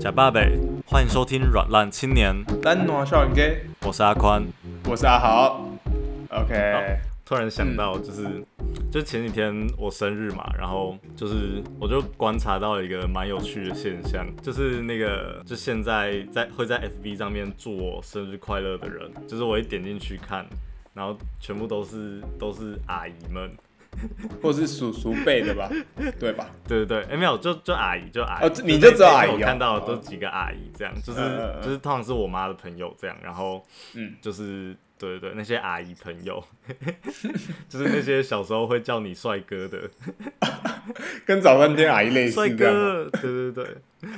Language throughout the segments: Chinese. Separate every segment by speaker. Speaker 1: 假爸北，欢迎收听《软烂青年》，
Speaker 2: 咱暖少年街，
Speaker 1: 我是阿宽。
Speaker 2: 我是阿豪。OK，
Speaker 1: 突然想到，就是、就前几天我生日嘛，然后就是我就观察到一个蛮有趣的现象，就是那个就现在在会在 FB 上面祝我生日快乐的人，就是我一点进去看，然后全部都是都是阿姨们。
Speaker 2: 或是叔叔辈的 吧，对吧？
Speaker 1: 对对对，哎、没有，就就阿姨，就阿姨，
Speaker 2: 哦这你
Speaker 1: 那
Speaker 2: 就只有
Speaker 1: 那
Speaker 2: 阿
Speaker 1: 天
Speaker 2: 姨
Speaker 1: 我
Speaker 2: 哦
Speaker 1: 看到的都
Speaker 2: 哦
Speaker 1: 几个阿姨这样，就是、
Speaker 2: 嗯嗯嗯
Speaker 1: 就是通常是我妈的朋友这样，然后
Speaker 2: 嗯，
Speaker 1: 就是对对对，那些阿姨朋友， 就是那些小时候会叫你帅哥的
Speaker 2: 跟早餐店阿姨类似
Speaker 1: 帅
Speaker 2: 这样吗。
Speaker 1: 哥，对对对。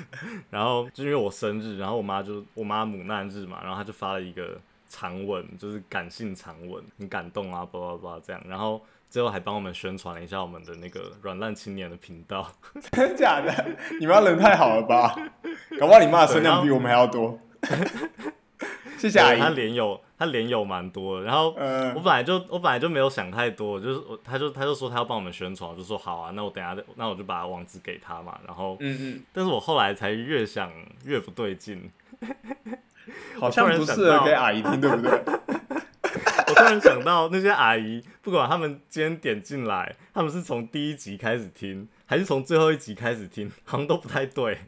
Speaker 1: 然后就因为我生日，然后我妈就我妈母难日嘛，然后她就发了一个长文，就是感性长文，很感动啊，叭叭叭这样，然后最后还帮我们宣传了一下我们的那个软烂青年的频道。
Speaker 2: 真的假的？你妈人太好了吧？搞不好你妈的声量比我们还要多。 谢谢阿
Speaker 1: 他
Speaker 2: 姨。
Speaker 1: 连友他连友蛮多的，然后
Speaker 2: 嗯
Speaker 1: 我本来就我本来就没有想太多，就是我他就他就说他要帮我们宣传，我就说好啊，那我等一下再那我就把网址给他嘛，然后、
Speaker 2: 嗯
Speaker 1: 但是我后来才越想越不对劲，
Speaker 2: 嗯，好像不适合给阿姨听，对不 对？
Speaker 1: 我突然想到那些阿姨，不管他们今天点进来，他们是从第一集开始听，还是从最后一集开始听，好像都不太对。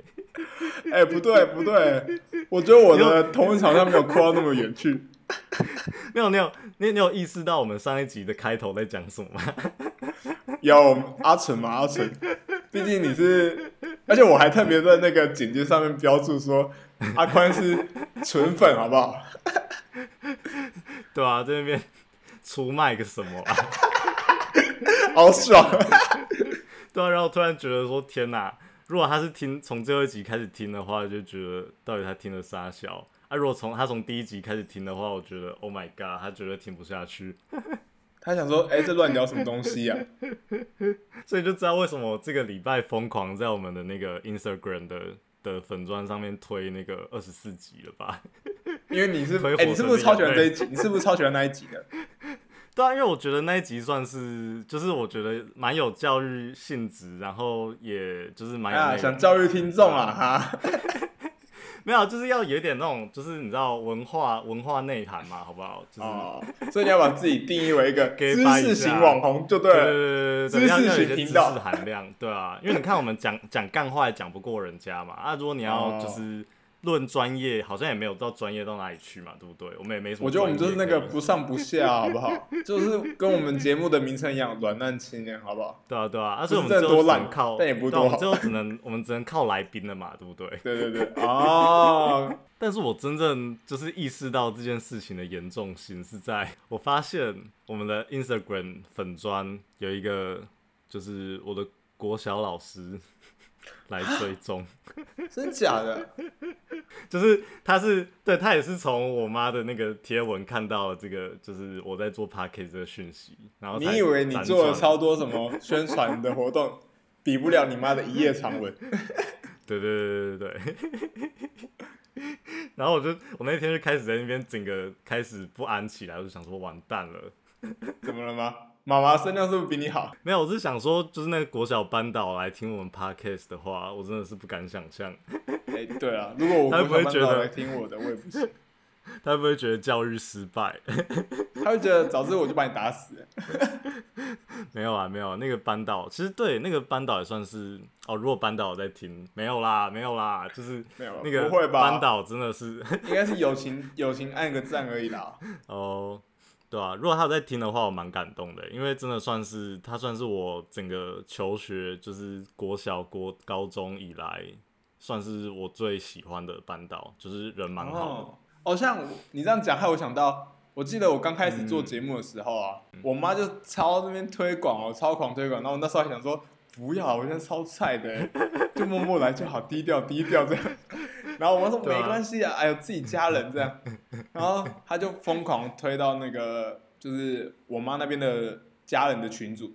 Speaker 2: 哎、不对不对，我觉得我的同文场上没有扩到那么远去。
Speaker 1: 没有，你有你你有意识到我们上一集的开头在讲什么吗？
Speaker 2: 有阿成嘛？阿成，毕竟你是，而且我还特别在那个简介上面标注说阿宽是纯粉，好 不好？
Speaker 1: 对啊，在那边出卖个什么啊？
Speaker 2: 好爽！
Speaker 1: 对啊，然后突然觉得说，天哪！如果他是听从最后一集开始听的话，就觉得到底他听了啥小啊？如果从他从第一集开始听的话，我觉得 Oh my God，他绝对听不下去。
Speaker 2: 他想说，哎、这乱聊什么东西呀、啊
Speaker 1: 所以就知道为什么我这个礼拜疯狂在我们的那个 Instagram 的的粉砖上面推那个二十四集了吧？
Speaker 2: 因为你是，
Speaker 1: 所以火
Speaker 2: 哎、你是不是
Speaker 1: 神的眼
Speaker 2: 超喜
Speaker 1: 泪
Speaker 2: 欢这一集？你是不是超喜欢那一集的？
Speaker 1: 对啊，因为我觉得那一集算是就是我觉得蛮有教育性质，然后也就是蛮有、
Speaker 2: 啊，想教育听众啊，
Speaker 1: 哎
Speaker 2: 哈，
Speaker 1: 没有，啊就是要有一点那种就是你知道文化文化内涵嘛，好不好？就是、
Speaker 2: 哦，所以你要把自己定义为一个
Speaker 1: 给
Speaker 2: 知
Speaker 1: 掰一
Speaker 2: 识
Speaker 1: 下
Speaker 2: 型网红，就对
Speaker 1: 对
Speaker 2: 了。
Speaker 1: 对对
Speaker 2: 知
Speaker 1: 对，要
Speaker 2: 识
Speaker 1: 要有一些
Speaker 2: 型
Speaker 1: 知
Speaker 2: 频
Speaker 1: 识
Speaker 2: 道
Speaker 1: 含量，对啊， 因为你看我们讲讲干话也讲不过人家嘛，啊，如果你要
Speaker 2: 哦
Speaker 1: 就是论专业，好像也没有到专业到哪里去嘛，对不对？我们也没什么，
Speaker 2: 我觉得我们就是那个，不上不下，好不好？就是跟我们节目的名称一样，软烂青年，好不好？
Speaker 1: 对啊对啊，啊，所以我们
Speaker 2: 不是
Speaker 1: 最后
Speaker 2: 真的
Speaker 1: 只
Speaker 2: 多
Speaker 1: 能
Speaker 2: 烂
Speaker 1: 靠，
Speaker 2: 但也不
Speaker 1: 对啊我
Speaker 2: 多
Speaker 1: 们最后只能我们只能靠来宾了嘛，对不对？
Speaker 2: 对对对，哦，
Speaker 1: 但是我真正就是意识到这件事情的严重性，是在我发现我们的 Instagram 粉砖有一个，就是我的国小老师 来追踪。
Speaker 2: 真假的？
Speaker 1: 就是他是对他也是从我妈的那个贴文看到了这个，就是我在做 p a c k a g e 的讯息，然后才
Speaker 2: 你以为你做了
Speaker 1: 辗转
Speaker 2: 超多什么宣传的活动，比不了你妈的一夜长文？
Speaker 1: 对对对对对对。然后我就我那天就开始在那边整个开始不安起来，我就想说完蛋了。
Speaker 2: 怎么了吗？妈妈声量是不是比你好？
Speaker 1: 没有，我是想说，就是那个国小班导来听我们 podcast 的话，我真的是不敢想象，
Speaker 2: 哎、对啊，如果我
Speaker 1: 他会不会
Speaker 2: 国小班
Speaker 1: 觉得
Speaker 2: 导来听我的，我也不行。
Speaker 1: 他会不会觉得教育失败？
Speaker 2: 他会觉得早知我就把你打死欸了。
Speaker 1: 没有啊，没有啊那个班导，其实对那个班导也算是哦。如果班导有在听，没有啦，没有啦，就是
Speaker 2: 没有
Speaker 1: 那个
Speaker 2: 不会吧
Speaker 1: 班导真的是
Speaker 2: 应该是友情友情按个赞而已啦。
Speaker 1: 哦，对啊，如果他有在听的话，我蛮感动的，因为真的算是他算是我整个求学，就是国小、国高中以来，算是我最喜欢的班导，就是人蛮好的。
Speaker 2: 哦，哦，像我你这样讲，害我想到，我记得我刚开始
Speaker 1: 嗯
Speaker 2: 做节目的时候啊，我妈就超那边推广哦，超狂推广。然后我那时候还想说，不要，我现在超菜的欸，就默默来就好，低调低调这样。然后我妈说
Speaker 1: 对啊
Speaker 2: 没关系啊，哎呦自己家人这样。然后她就疯狂推到那个就是我妈那边的家人的群组，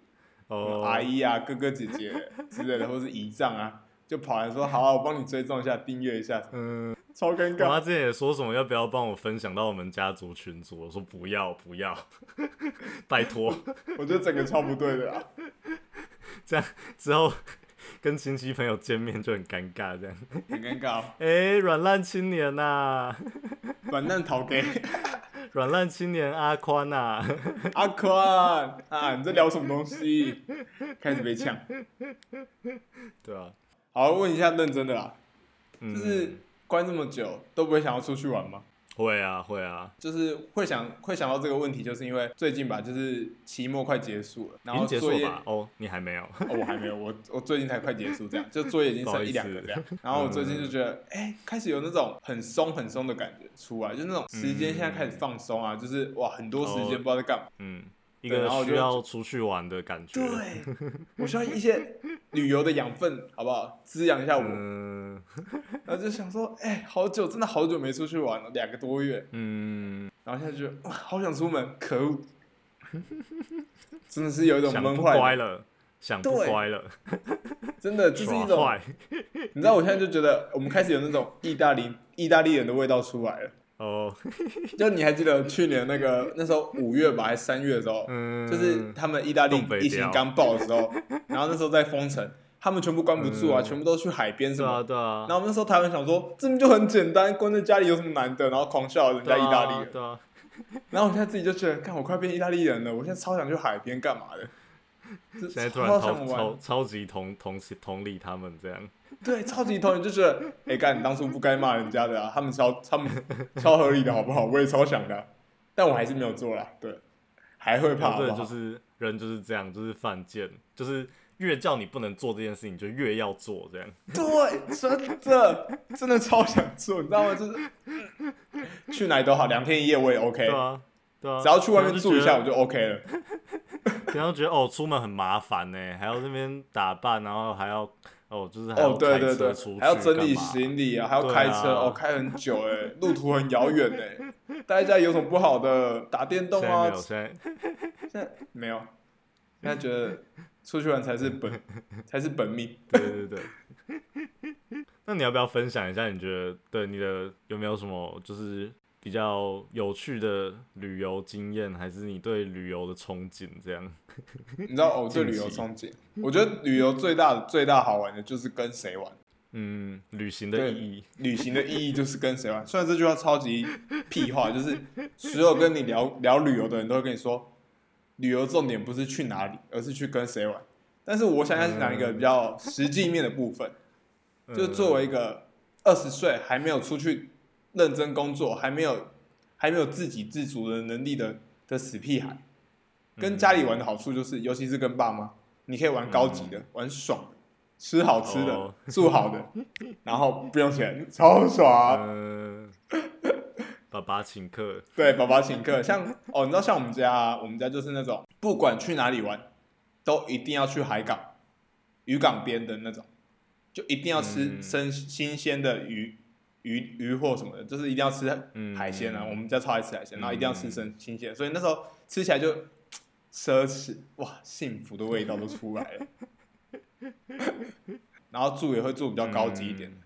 Speaker 1: 哦，
Speaker 2: 阿姨啊、哥哥姐姐之类的，或是姨丈啊，就跑来说好啊，我帮你追踪一下、订阅一下，
Speaker 1: 嗯，
Speaker 2: 超尴
Speaker 1: 我
Speaker 2: 尬。
Speaker 1: 妈之前也说什么要不要帮我分享到我们家族群组，我说不要 不要，拜托。
Speaker 2: 啊我觉得整个超不对的啦。
Speaker 1: 之后跟亲戚朋友见面就很尴尬这样。
Speaker 2: 很尴尬哦，
Speaker 1: 哎、软烂青年呐、
Speaker 2: 软蛋逃给
Speaker 1: 软烂青年阿宽啊呐、
Speaker 2: 阿宽啊，你在聊什么东西？开始被呛。
Speaker 1: 对啊，
Speaker 2: 好，问一下认真的啦，
Speaker 1: 嗯，
Speaker 2: 就是关这么久都不会想要出去玩吗？
Speaker 1: 会啊会啊，
Speaker 2: 就是会想会想到这个问题，就是因为最近吧，就是期末快结束了，
Speaker 1: 已
Speaker 2: 然后
Speaker 1: 经结束
Speaker 2: 作
Speaker 1: 了
Speaker 2: 业
Speaker 1: 吧？哦，你还没有，
Speaker 2: 哦，我还没有，我我最近才快结束，这样就作业已经
Speaker 1: 不好
Speaker 2: 剩
Speaker 1: 意思嗯
Speaker 2: 一两 个这样。然后我最近就觉得，哎、开始有那种很松很松的感觉出来，就是那种时间现在开始放松啊，就是哇，很多时
Speaker 1: 嗯哦
Speaker 2: 间不知道在干嘛。
Speaker 1: 嗯，一
Speaker 2: 对
Speaker 1: 个
Speaker 2: 然后
Speaker 1: 需
Speaker 2: 就
Speaker 1: 要出去玩的感觉。
Speaker 2: 对， 我需要一些旅游的养分，好不好？滋养一下我。
Speaker 1: 嗯
Speaker 2: 然后就想说，哎、好久，真的好久没出去玩了，两个多月。
Speaker 1: 嗯，
Speaker 2: 然后现在就觉得，哇，好想出门，可 恶，真的是有一种
Speaker 1: 嗯想
Speaker 2: 闷
Speaker 1: 不
Speaker 2: 坏
Speaker 1: 乖
Speaker 2: 了，
Speaker 1: 了，想不
Speaker 2: 对
Speaker 1: 乖了，
Speaker 2: 真的就是
Speaker 1: 耍
Speaker 2: 一种
Speaker 1: 坏。
Speaker 2: 你知道我现在就觉得，我们开始有那种意大利意大利人的味道出来了。
Speaker 1: 哦，
Speaker 2: 就你还记得去年 那个那时候五月吧，还是三月的时候，
Speaker 1: 嗯，
Speaker 2: 就是他们意大利
Speaker 1: 东北
Speaker 2: 疫情
Speaker 1: 调
Speaker 2: 刚爆的时候，然后那时候在封城，他们全部关不住啊，
Speaker 1: 嗯
Speaker 2: 全部都去海边什
Speaker 1: 对啊
Speaker 2: 么。
Speaker 1: 对啊
Speaker 2: 然，后我们那时候台湾想说，这不就很简单，关在家里有什么难的？然后狂笑人
Speaker 1: 对
Speaker 2: 家
Speaker 1: 啊
Speaker 2: 意大利人。
Speaker 1: 对啊，
Speaker 2: 然后我现在自己就觉得，看我快变意大利人了，我现在超想去海边干嘛的。现
Speaker 1: 现在突然超
Speaker 2: 想玩
Speaker 1: 超，超级同同同理他们这样，
Speaker 2: 对，超级痛，你就觉得，哎、干，你当初不该骂人家的啊，他们超他们 超合理的好不好？我也超想的啊、但我还是没有做啦，对，还会怕好
Speaker 1: 这
Speaker 2: 不
Speaker 1: 个
Speaker 2: 好？
Speaker 1: 就是人就是这样，就是犯贱，就是越叫你不能做这件事情，你就越要做这样。
Speaker 2: 对，真的真的超想做，你知道吗？就是嗯去哪里都好，两天一夜我也 OK，、
Speaker 1: 对啊，对啊，
Speaker 2: 只要去外面住一下
Speaker 1: 平常就觉
Speaker 2: 我就 OK 了。
Speaker 1: 得，平常觉得哦，出门很麻烦呢，还要那边打扮，然后还要哦，就是还
Speaker 2: 哦
Speaker 1: 要，
Speaker 2: 对
Speaker 1: 开
Speaker 2: 对
Speaker 1: 车
Speaker 2: 对
Speaker 1: 出去，，
Speaker 2: 还要整理
Speaker 1: 干嘛
Speaker 2: 行李啊，还要
Speaker 1: 对
Speaker 2: 开车、
Speaker 1: 啊
Speaker 2: 哦，开很久哎、路途很遥远哎，待在家里有什么不好的？打电动
Speaker 1: 现在
Speaker 2: 啊
Speaker 1: 没，有，现在
Speaker 2: 现在没有，现在觉得出去玩才是本，才是本命。
Speaker 1: 对对对。 那你要不要分享一下？你觉得对你的有没有什么就是比较有趣的旅游经验，还是你对旅游的憧憬这样？
Speaker 2: 你知道哦，我对
Speaker 1: 近
Speaker 2: 旅游
Speaker 1: 期
Speaker 2: 憧憬，我觉得旅游最大的最大好玩的就是跟谁玩，
Speaker 1: 嗯，旅行的
Speaker 2: 对
Speaker 1: 意义，
Speaker 2: 旅行的意义就是跟谁玩。虽然这句话超级屁话，就是所有跟你聊聊旅游的人都会跟你说，旅游重点不是去哪里，而是去跟谁玩。但是我想要讲一个比较实际面的部分，
Speaker 1: 嗯
Speaker 2: 就是作为一个二十岁还没有出去认真工作，还没有还没有自给自足的能力的的死屁孩，跟家里玩的好处就是，尤其是跟爸妈，你可以玩高级的，玩爽的，吃好吃的，
Speaker 1: 哦
Speaker 2: 住好的，然后不用钱，超爽。啊
Speaker 1: 嗯，爸爸请客，
Speaker 2: 对，宝宝请客，像哦，你知道像我们家、啊，我们家就是那种不管去哪里玩，都一定要去海港、渔港边的那种，就一定要吃
Speaker 1: 嗯
Speaker 2: 生新鲜的鱼、鱼鱼或什么的，就是一定要吃
Speaker 1: 嗯
Speaker 2: 海鲜啊。我们家超爱吃海鲜，然后一定要吃生新鲜，所以那时候吃起来就奢侈哇，幸福的味道都出来了。然后住也会住比较高级一点，
Speaker 1: 嗯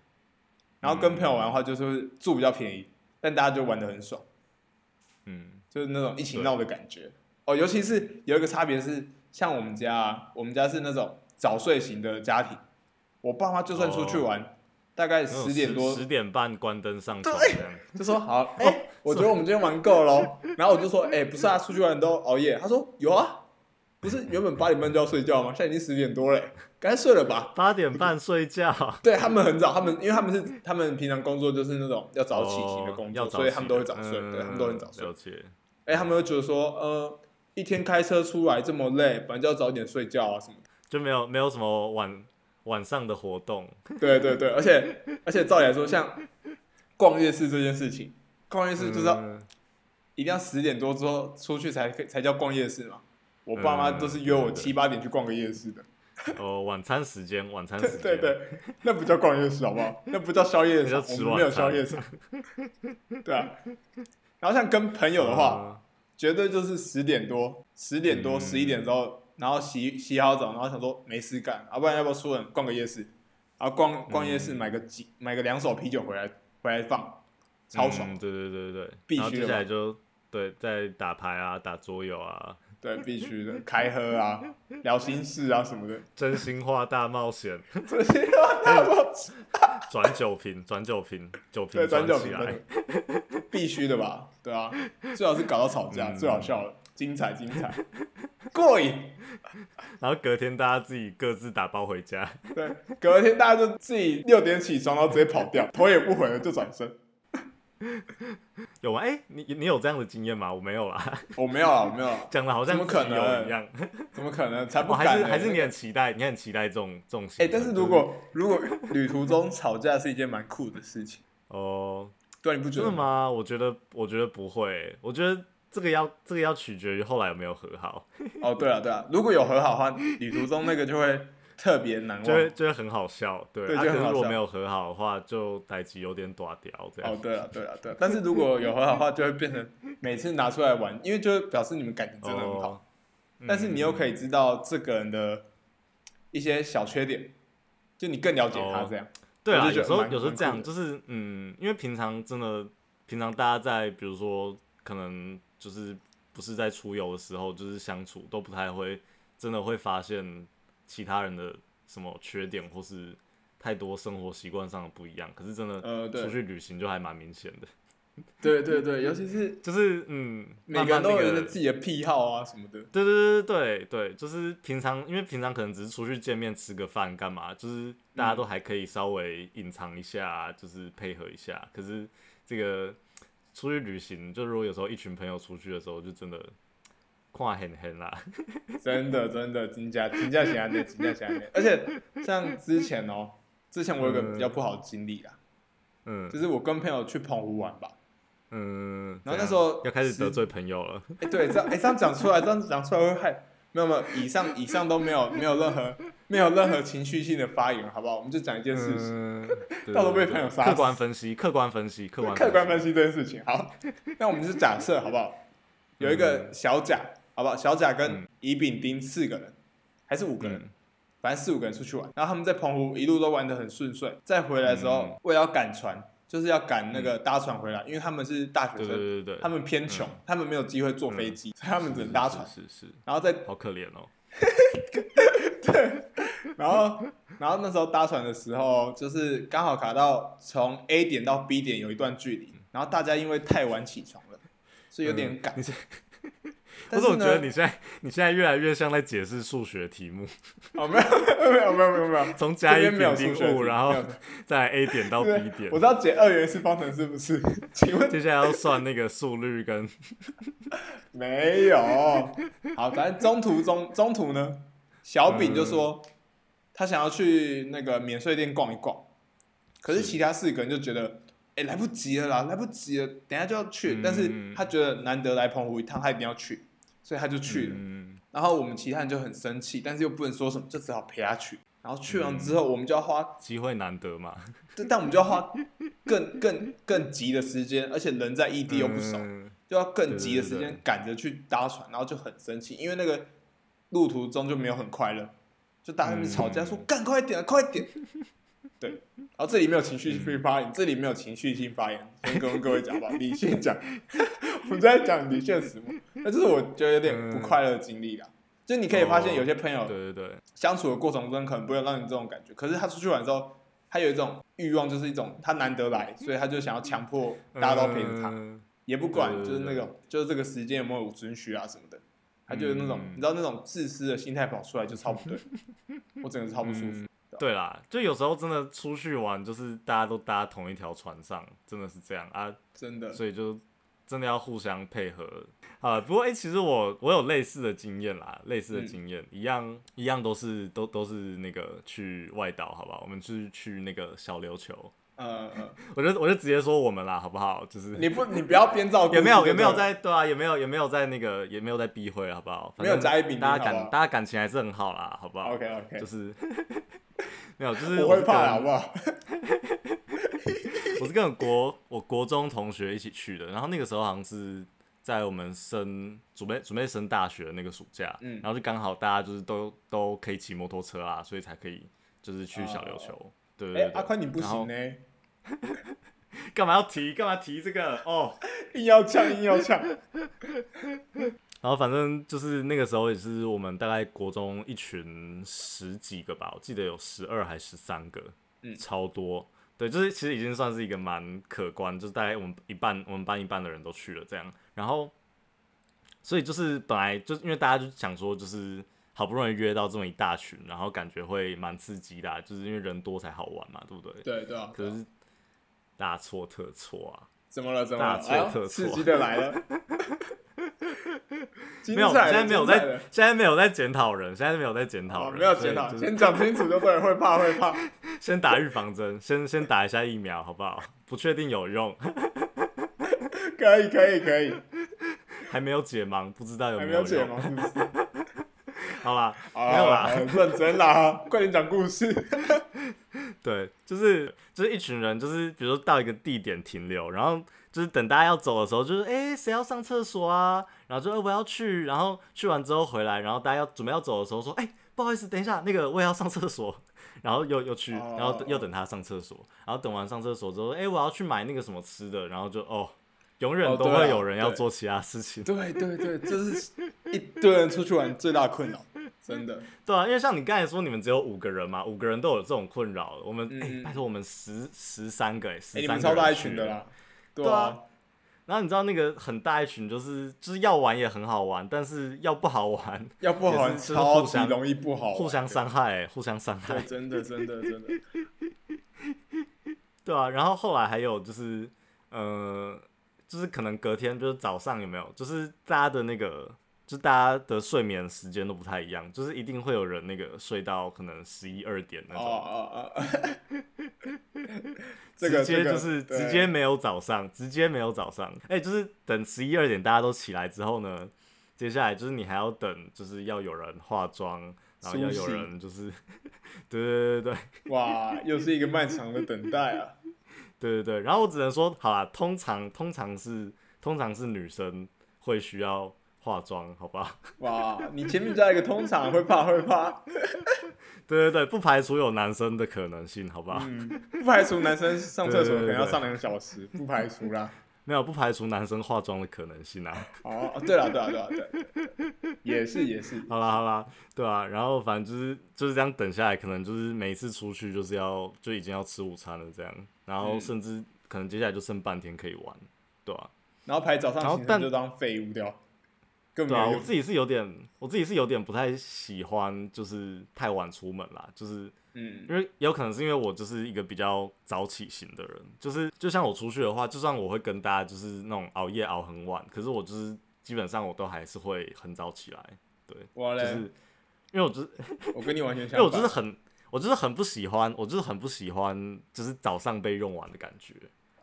Speaker 2: 然后跟朋友玩的话就是会住比较便宜，但大家就玩的很爽。
Speaker 1: 嗯，
Speaker 2: 就是那种一起闹的感觉。哦，尤其是有一个差别是，像我们家、啊，我们家是那种早睡型的家庭，我爸妈就算出去玩，大概
Speaker 1: 哦那种
Speaker 2: 十点多
Speaker 1: 嗯十点半关灯上床
Speaker 2: 对
Speaker 1: 这样，
Speaker 2: 就说好，哎、我觉得我们今天玩够了哦， 然后我就说，哎、不是啊，出去玩都熬夜。他说有啊，不是原本八点半就要睡觉吗？现在已经十点多了、该睡了吧？
Speaker 1: 八点半睡觉，
Speaker 2: 对他们很早，他们因为他们是他们平常工作就是那种要早起型的
Speaker 1: 哦
Speaker 2: 工作，
Speaker 1: 要早
Speaker 2: 所以他们都会
Speaker 1: 起
Speaker 2: 早
Speaker 1: 的
Speaker 2: 睡，对他们都很早睡
Speaker 1: 嗯。了解，
Speaker 2: 哎、他们会觉得说，呃，一天开车出来这么累，反正就要早点睡觉啊什么的。
Speaker 1: 就没有没有什么晚晚上的活动，
Speaker 2: 对对对，而且而且照理来说，像逛夜市这件事情，逛夜市就是要、
Speaker 1: 嗯
Speaker 2: 一定要十点多之后出去才可以才叫逛夜市嘛。我爸妈
Speaker 1: 嗯
Speaker 2: 都是约我
Speaker 1: 对对
Speaker 2: 七八点去逛个夜市的，
Speaker 1: 哦，晚餐时间，晚餐时
Speaker 2: 对
Speaker 1: 间，
Speaker 2: 对对，那不叫逛夜市好不好？那不叫宵夜
Speaker 1: 那叫
Speaker 2: 场，
Speaker 1: 吃
Speaker 2: 我们没有
Speaker 1: 晚餐
Speaker 2: 宵夜场。 对啊，然后像跟朋友的话，绝对就是十点多、十点多、
Speaker 1: 嗯
Speaker 2: 十一点之后，然后洗洗好澡，然后想说没事干，啊要、不然要不要出门逛个夜市？然后逛逛夜市，买个几、买个两手啤酒回来回来放，超爽。
Speaker 1: 嗯对对对对，
Speaker 2: 必
Speaker 1: 然后
Speaker 2: 须
Speaker 1: 接
Speaker 2: 的
Speaker 1: 下
Speaker 2: 嘛
Speaker 1: 来就对，在打牌啊，打桌游啊，
Speaker 2: 对，必须的，开喝啊，聊心事啊什么的，
Speaker 1: 真心话大冒险，
Speaker 2: 这些都要做
Speaker 1: 转酒瓶，转酒瓶，酒瓶
Speaker 2: 对， 转角
Speaker 1: 起
Speaker 2: 评
Speaker 1: 来
Speaker 2: 分。必须的吧？对啊，最好是搞到吵架，
Speaker 1: 嗯
Speaker 2: 最好笑了，精彩精彩，过瘾。
Speaker 1: 然后隔天大家自己各自打包回家。
Speaker 2: 对，隔天大家就自己六点起床，然后直接跑掉，头也不回了就转身。
Speaker 1: 有吗？哎、你你有这样的经验吗？我没有啦，
Speaker 2: 我没有啊，我没有啊，
Speaker 1: 讲的好像
Speaker 2: 怎么可
Speaker 1: 自己有
Speaker 2: 能
Speaker 1: 一样。
Speaker 2: 怎么可能？才不
Speaker 1: 我
Speaker 2: 敢、
Speaker 1: 还是
Speaker 2: 欸
Speaker 1: 还是你很期待，你很期待这种这种行程。
Speaker 2: 哎、但是如果如果旅途中吵架是一件蛮酷的事情，
Speaker 1: 就是哦、
Speaker 2: 对啊，你不觉
Speaker 1: 真
Speaker 2: 得
Speaker 1: 的
Speaker 2: 吗？
Speaker 1: 吗？我觉得我觉得不会，我觉得这个要这个要取决于后来有没有和好，
Speaker 2: 哦，对啊，对啊，如果有和好的话，旅途中那个就会特别难
Speaker 1: 就会
Speaker 2: 忘。
Speaker 1: 就会很好笑。对，
Speaker 2: 对
Speaker 1: 啊、
Speaker 2: 就
Speaker 1: 可
Speaker 2: 很
Speaker 1: 是
Speaker 2: 好
Speaker 1: 如果
Speaker 2: 笑
Speaker 1: 没有和好的话，就代际有点短掉这样。
Speaker 2: 哦，对了，对了，对啊，但是如果有和好的话，就会变成每次拿出来玩，因为就会表示你们感情真的很好。
Speaker 1: 哦
Speaker 2: 但是你又可
Speaker 1: 以
Speaker 2: 以知道这个人的一些小缺点，就你更了解他
Speaker 1: 哦
Speaker 2: 这样。
Speaker 1: 对啊，
Speaker 2: 我
Speaker 1: 有
Speaker 2: 就觉得
Speaker 1: 时候
Speaker 2: 蛮
Speaker 1: 有时候
Speaker 2: 蛮
Speaker 1: 这
Speaker 2: 酷
Speaker 1: 样，
Speaker 2: 的
Speaker 1: 就是嗯，因为平常真的平常大家在比如说可能就是不是在出游的时候，就是相处都不太会真的会发现其他人的什么缺点或是太多生活习惯上的不一样。可是真的
Speaker 2: 呃，
Speaker 1: 出
Speaker 2: 对，
Speaker 1: 去旅行就还蛮明显的。
Speaker 2: 对对对，尤其是
Speaker 1: 就是嗯，
Speaker 2: 每
Speaker 1: 慢
Speaker 2: 个
Speaker 1: 慢
Speaker 2: 人都
Speaker 1: 那
Speaker 2: 有一
Speaker 1: 个
Speaker 2: 些自己的癖好啊什么的。
Speaker 1: 对对对对对，就是平常，因为平常可能只是出去见面吃个饭干嘛，就是大
Speaker 2: 嗯
Speaker 1: 家都还可以稍微隐藏一下，啊就是配合一下。可是这个出去旅行，就如果有时候一群朋友出去的时候，就真的跨很很啦。
Speaker 2: 真的真的，金价金价型的，金价 型的。而且像之前哦、之前我有个比较不好的经历啊，
Speaker 1: 嗯
Speaker 2: 就是我跟朋友去澎湖玩吧。
Speaker 1: 嗯，
Speaker 2: 然后
Speaker 1: 怎
Speaker 2: 那
Speaker 1: 样
Speaker 2: 时候
Speaker 1: 要开始
Speaker 2: 是
Speaker 1: 得罪朋友了，
Speaker 2: 哎、对，这样哎、这样讲出来，这样讲出来会害。没有没有，以上以上都没有没有任何没有任何情绪性的发言，好不好？我们就讲一件事情。
Speaker 1: 嗯，对
Speaker 2: 到时候
Speaker 1: 对
Speaker 2: 被
Speaker 1: 对
Speaker 2: 朋友杀
Speaker 1: 客观分析，客观分析，客观
Speaker 2: 客观分
Speaker 1: 析，
Speaker 2: 析这件事情。好，那我们就假设好不好？有一个小甲，好不好？小甲跟
Speaker 1: 嗯
Speaker 2: 乙丙丁四个人，还是五个人，
Speaker 1: 嗯
Speaker 2: 反正四五个人出去玩，然后他们在澎湖一路都玩得很顺遂。再回来的时候，
Speaker 1: 嗯
Speaker 2: 为了要赶船，就是要赶那个搭船回来，因为他们是大学
Speaker 1: 对对
Speaker 2: 生，
Speaker 1: 对对对，嗯
Speaker 2: 他们偏穷，他们没有机会坐飞机，所以他们只能 搭船。
Speaker 1: 是是，是
Speaker 2: 然后再
Speaker 1: 好可怜哦。
Speaker 2: 然后，然后那时候搭船的时候，就是刚好卡到从 A 点到 B 点有一段距离，然后大家因为太晚起床了，所以有点赶。
Speaker 1: 嗯嗯你是
Speaker 2: 但
Speaker 1: 我
Speaker 2: 是
Speaker 1: 总
Speaker 2: 呢
Speaker 1: 觉得你现在 你现在越来越像在解释数学题目，
Speaker 2: 哦，没有没有没有没有没有，
Speaker 1: 从
Speaker 2: 这
Speaker 1: 加一
Speaker 2: 边没有
Speaker 1: 丙丁
Speaker 2: 数学
Speaker 1: 物，
Speaker 2: 题
Speaker 1: 然
Speaker 2: 没
Speaker 1: 后
Speaker 2: 有
Speaker 1: 再 A 点 到 B
Speaker 2: 对
Speaker 1: 点
Speaker 2: 我，知道解二元式方程是不是？ 请问
Speaker 1: 接下来要算那个速率跟
Speaker 2: 没有？ 好，反正中途中中途呢，小丙就说、
Speaker 1: 嗯
Speaker 2: 他想要去那个免税店逛一逛，可是
Speaker 1: 是
Speaker 2: 其他四个人就觉得。哎、来不及了啦，来不及了，等一下就要去。但是
Speaker 1: 嗯
Speaker 2: 他觉得难得来澎湖一趟，他一定要去，所以他就去了。
Speaker 1: 嗯，
Speaker 2: 然后我们其他人就很生气，但是又不能说什么，就只好陪他去。然后去完
Speaker 1: 嗯
Speaker 2: 之后，我们就要花
Speaker 1: 机会难得嘛，
Speaker 2: 但但我们就要花更更更急的时间，而且人在异地又不熟，
Speaker 1: 嗯
Speaker 2: 就要更急的时
Speaker 1: 对对
Speaker 2: 间
Speaker 1: 对
Speaker 2: 赶着去搭船，然后就很生气，因为那个路途中就没有很快乐，就大家在那边吵架
Speaker 1: 嗯
Speaker 2: 说干快点啊，快点。 对，然后这里没有情绪性
Speaker 1: 嗯
Speaker 2: 发言，这里没有情绪性发言，先跟各位讲吧，理性讲， 我们在讲理性什么，那就是我觉得有点不快乐的经历啦。就你可以发现，
Speaker 1: 哦
Speaker 2: 有些朋友
Speaker 1: 对对对，
Speaker 2: 相处的过程中可能不会让你这种感觉，可是他出去玩之后，他有一种欲望，就是一种他难得来，所以他就想要强迫大家都陪着他，
Speaker 1: 嗯
Speaker 2: 也不管
Speaker 1: 对对
Speaker 2: 就是那
Speaker 1: 对
Speaker 2: 种就是这个时间有没有准许啊什么的，他就有那种、
Speaker 1: 嗯
Speaker 2: 你知道那种自私的心态跑出来就超 不对，我整个超不舒
Speaker 1: 嗯
Speaker 2: 服。
Speaker 1: 对啦，就有时候真的出去玩，就是大家都搭同一条船上，真的是这样啊，
Speaker 2: 真的，
Speaker 1: 所以就真的要互相配合啊。不过哎、欸其实我我有类似的经验啦，类似的
Speaker 2: 嗯
Speaker 1: 经验、一样一样都是都都是那个去外岛，好不好？我们是去那个小琉球，
Speaker 2: 呃，呃
Speaker 1: 我就我就直接说我们啦，好不好？就是
Speaker 2: 你不你不要编造故事
Speaker 1: 也没有
Speaker 2: 就对
Speaker 1: 也没有
Speaker 2: 了
Speaker 1: 在对啊，也没有也没有在那个也没有在避讳，好不好？反
Speaker 2: 没有
Speaker 1: 正
Speaker 2: 加一饼
Speaker 1: 大家
Speaker 2: 好不好
Speaker 1: 感大家感情还是很好啦，好不好
Speaker 2: OK OK，
Speaker 1: 就是 没有，就是
Speaker 2: 我
Speaker 1: 我
Speaker 2: 会
Speaker 1: 是
Speaker 2: 怕
Speaker 1: 跟
Speaker 2: 好不好？哎
Speaker 1: 我是跟我国我国中同学一起去的，然后那个时候好像是在我们升准备准备升大学的那个暑假，
Speaker 2: 嗯
Speaker 1: 然后就刚好大家就是都都可以骑摩托车啊，所以才可以就是去小琉球。对对
Speaker 2: 哎
Speaker 1: 对，，
Speaker 2: 阿宽你不
Speaker 1: 然后
Speaker 2: 行呢、
Speaker 1: 干嘛要提干嘛提这个哦？
Speaker 2: 硬要呛硬要呛，
Speaker 1: 然后反正就是那个时候也是我们大概国中一群十几个吧，我记得有十二还十三个，
Speaker 2: 嗯
Speaker 1: 超多。对，就是其实已经算是一个蛮可观，就是大概我们一半我们班一半的人都去了这样。然后，所以就是本来就是因为大家就想说，就是好不容易约到这么一大群，然后感觉会蛮刺激的啊、就是因为人多才好玩嘛，对不对？
Speaker 2: 对对啊，
Speaker 1: 可是大错特错啊！
Speaker 2: 怎么了？怎么了
Speaker 1: 大？错
Speaker 2: 哎呦
Speaker 1: 特错
Speaker 2: 刺激的 来了！精
Speaker 1: 没有，
Speaker 2: 彩了
Speaker 1: 现在没有
Speaker 2: 精
Speaker 1: 在
Speaker 2: 彩了，
Speaker 1: 现在没有在检讨人，现在没有在检讨
Speaker 2: 好，
Speaker 1: 人，
Speaker 2: 哦没有检讨，
Speaker 1: 所以就是
Speaker 2: 先讲清楚就对了，会怕会怕。
Speaker 1: 先打预防针， 先先打一下疫苗，好不好？不确定有用，
Speaker 2: 可以可以可以，
Speaker 1: 还没有解盲，不知道有
Speaker 2: 还没
Speaker 1: 有用。
Speaker 2: 有解盲是不是？
Speaker 1: 好啦，
Speaker 2: 好
Speaker 1: 没有啦
Speaker 2: 啦，哦很认真啦， 快点讲故事。
Speaker 1: 对，就是就是一群人，就是比如说到一个地点停留，然后就是等大家要走的时候，就是哎谁要上厕所啊？然后就哎我要去，然后去完之后回来，然后大家要准备要走的时候说哎不好意思，等一下那个我也要上厕所， 然后又又去，
Speaker 2: 哦
Speaker 1: 然后又等他上厕所，然后等完上厕所之后哎我要去买那个什么吃的，然后就哦永远
Speaker 2: 哦
Speaker 1: 都
Speaker 2: 对
Speaker 1: 会
Speaker 2: 啊
Speaker 1: 有人要
Speaker 2: 对
Speaker 1: 做其他事情。
Speaker 2: 对对对，这是一堆人出去玩最大困扰，真的。
Speaker 1: 对啊，因为像你刚才说，你们只有五个人嘛，五个人都有这种困扰。我们、
Speaker 2: 嗯
Speaker 1: 哎，
Speaker 2: 嗯
Speaker 1: 拜托我们十十三个哎、
Speaker 2: 哎，
Speaker 1: 十
Speaker 2: 你
Speaker 1: 三
Speaker 2: 们
Speaker 1: 个
Speaker 2: 超大
Speaker 1: 人
Speaker 2: 一
Speaker 1: 去
Speaker 2: 群的。啦，对
Speaker 1: 对
Speaker 2: 啊
Speaker 1: 啊，然后你知道那个很大一群，就是就是要玩也很好玩，但是要不好玩，
Speaker 2: 要不好
Speaker 1: 也
Speaker 2: 玩
Speaker 1: 是就是
Speaker 2: 超
Speaker 1: 互
Speaker 2: 级
Speaker 1: 相
Speaker 2: 容易不好玩，
Speaker 1: 互相伤害、哎互相伤
Speaker 2: 对。
Speaker 1: 害
Speaker 2: 对，，真的真的 真的，
Speaker 1: 对啊。然后后来还有就是，呃，就是可能隔天就是早上有没有，就是大家的那个，就是大家的睡眠时间都不太一样，就是一定会有人那个睡到可能十一二点那
Speaker 2: 哦
Speaker 1: 种。
Speaker 2: 哦哦， 这
Speaker 1: 直
Speaker 2: 个
Speaker 1: 接
Speaker 2: 这个
Speaker 1: 就是
Speaker 2: 对
Speaker 1: 直接没有早上，直接没有早上。哎、就是等十一二点大家都起来之后呢，接下来就是你还要等，就是要有人化妆，然后要有
Speaker 2: 梳洗
Speaker 1: 人就是 对对对对对
Speaker 2: 哇，又是一个漫长的等待啊。
Speaker 1: 对对对。然后我只能说，好啦，通常通常是通常是女生会需要化妆，好 吧？
Speaker 2: 哇，你前面加一个通常会怕会怕，
Speaker 1: 对对对，不排除有男生的可能性，好吧？
Speaker 2: 嗯，不排除男生上厕所可能
Speaker 1: 对
Speaker 2: 要
Speaker 1: 对对
Speaker 2: 上两个小时，不排除啦。
Speaker 1: 没有，不排除男生化妆的可能性啊。
Speaker 2: 哦，对了对了对了对了对了，也是也是，
Speaker 1: 好啦好啦，对啊，然后反正就是就是这样等下来，可能就是每一次出去就是要就已经要吃午餐了这样，然后
Speaker 2: 嗯
Speaker 1: 甚至可能接下来就剩半天可以玩，对啊，
Speaker 2: 然后排早上
Speaker 1: 然后
Speaker 2: 行
Speaker 1: 但
Speaker 2: 程就当废物掉，根
Speaker 1: 对
Speaker 2: 本
Speaker 1: 啊，
Speaker 2: 没有
Speaker 1: 我
Speaker 2: 用。
Speaker 1: 自己是有点我自己是有点不太喜欢就是太晚出门啦，就是
Speaker 2: 嗯，
Speaker 1: 因为有可能是因为我就是一个比较早起型的人，就是就像我出去的话，就算我会跟大家就是那种熬夜熬很晚，可是我就是基本上我都还是会很早起来，
Speaker 2: 我
Speaker 1: 就
Speaker 2: 嘞，
Speaker 1: 是因为我就是
Speaker 2: 我跟你完全
Speaker 1: 因
Speaker 2: 相
Speaker 1: 为
Speaker 2: 反。
Speaker 1: 我就是很，我就是很不喜欢，我就是很不喜欢，就是早上被用完的感觉。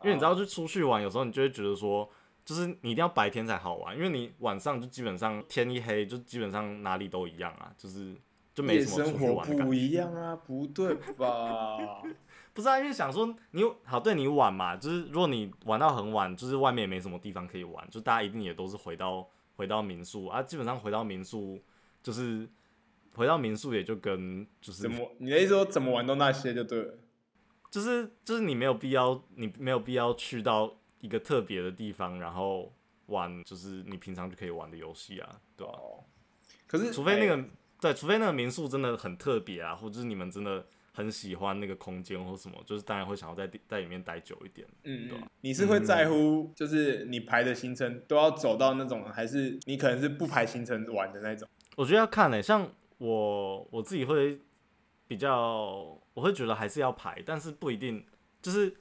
Speaker 1: 因为你知
Speaker 2: 哦
Speaker 1: 道，就出去玩，有时候你就会觉得说，就是你一定要白天才好玩，因为你晚上就基本上天一黑，就基本上哪里都一样啊，就是就没
Speaker 2: 夜
Speaker 1: 什么
Speaker 2: 生
Speaker 1: 出去
Speaker 2: 活
Speaker 1: 玩的感
Speaker 2: 不
Speaker 1: 觉。
Speaker 2: 一样啊，不对吧？
Speaker 1: 不是啊，因为想说你好，对你晚嘛，就是如果你玩到很晚，就是外面也没什么地方可以玩，就大家一定也都是回到回到民宿啊，基本上回到民宿就是回到民宿也就跟就是
Speaker 2: 怎么？你的意思说怎么玩都那些就对了。
Speaker 1: 就是就是你没有必要，你没有必要去到一个特别的地方，然后玩就是你平常就可以玩的游戏啊，对吧、
Speaker 2: 哦，可是
Speaker 1: 除非那
Speaker 2: 哎
Speaker 1: 个、对，除非那个民宿真的很特别啊，或者是你们真的很喜欢那个空间或什么，就是当然会想要在地在里面待久一点。
Speaker 2: 嗯，
Speaker 1: 对啊
Speaker 2: 嗯
Speaker 1: 吧，
Speaker 2: 你是会在乎，就是你排的行程都要走到那种，还是你可能是不排行程玩的那种？
Speaker 1: 我觉得要看嘞、欸像我我自己会比较，我会觉得还是要排，但是不一定，就是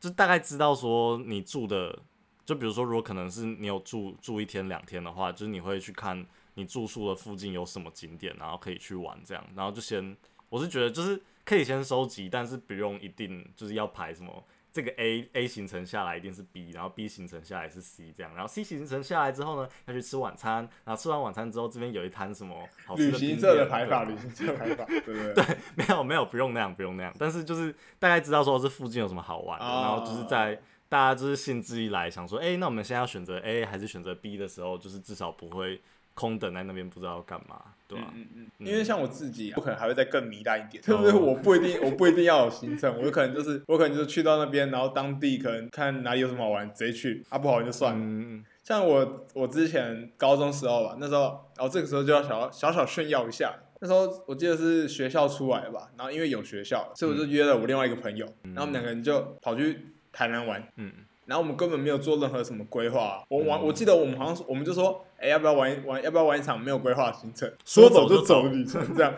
Speaker 1: 就大概知道说你住的，就比如说如果可能是你有住住一天两天的话，就是你会去看你住宿的附近有什么景点，然后可以去玩这样，然后就先我是觉得就是可以先收集，但是不用一定就是要排什么。这个 A A 行程下来一定是 B，然后 B 行程下来是 C 这样，然后 C 行程下来之后呢，要去吃晚餐，然后吃完晚餐之后，这边有一摊什么好吃
Speaker 2: 旅
Speaker 1: 的
Speaker 2: 行
Speaker 1: 冰
Speaker 2: 社的
Speaker 1: 店
Speaker 2: 排
Speaker 1: 对啊
Speaker 2: 法，旅行社的排法，对不对？
Speaker 1: 没有没有，不用那样，不用那样。但是就是大概知道说这附近有什么好玩的，
Speaker 2: 啊
Speaker 1: 然后就是在大家就是兴致一来，想说，哎、那我们现在要选择 A 还是选择 B 的时候，就是至少不会空等在那边不知道要干嘛，对吧、
Speaker 2: 嗯嗯嗯，
Speaker 1: 嗯哦
Speaker 2: 因为像我自己啊，我可能还会再更糜烂一点，就是我不一定， 我不一定要有行程，我可能就是，我可能就是去到那边，然后当地可能看哪里有什么好玩，直接去啊，不好玩就算了。
Speaker 1: 嗯，
Speaker 2: 像我我之前高中时候吧，那时候哦这个时候就要小小小炫耀一下。那时候我记得是学校出来吧，然后因为有学校，所
Speaker 1: 嗯
Speaker 2: 以我就约了我另外一个朋友，然后我们两个人就跑去台南玩。
Speaker 1: 嗯，
Speaker 2: 然后我们根本没有做任何什么规划、啊我玩，我记得我们好像是我们就说，哎、要不要玩一玩，要不要玩一场没有规划的行程，
Speaker 1: 说
Speaker 2: 说
Speaker 1: 走
Speaker 2: 走
Speaker 1: 就
Speaker 2: 就
Speaker 1: 走
Speaker 2: 走的旅程这样。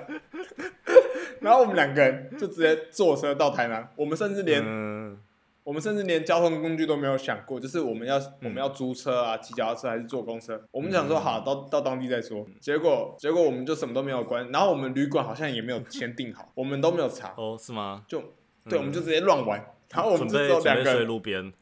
Speaker 2: 然后我们两个人就直接坐车到台南，我们甚至连、
Speaker 1: 嗯
Speaker 2: 我们甚至连交通工具都没有想过，就是我们
Speaker 1: 嗯
Speaker 2: 要我们要租车啊，骑脚踏车还是坐公车？我们想说好到到当地再说。
Speaker 1: 嗯
Speaker 2: 结果结果我们就什么都没有关，然后我们旅馆好像也没有先订好，我们都没有查，
Speaker 1: 哦，是吗？
Speaker 2: 就对，我们就直接乱玩。然后我们
Speaker 1: 准
Speaker 2: 就
Speaker 1: 备
Speaker 2: 只
Speaker 1: 准
Speaker 2: 有两
Speaker 1: 备
Speaker 2: 个人
Speaker 1: 睡，路边，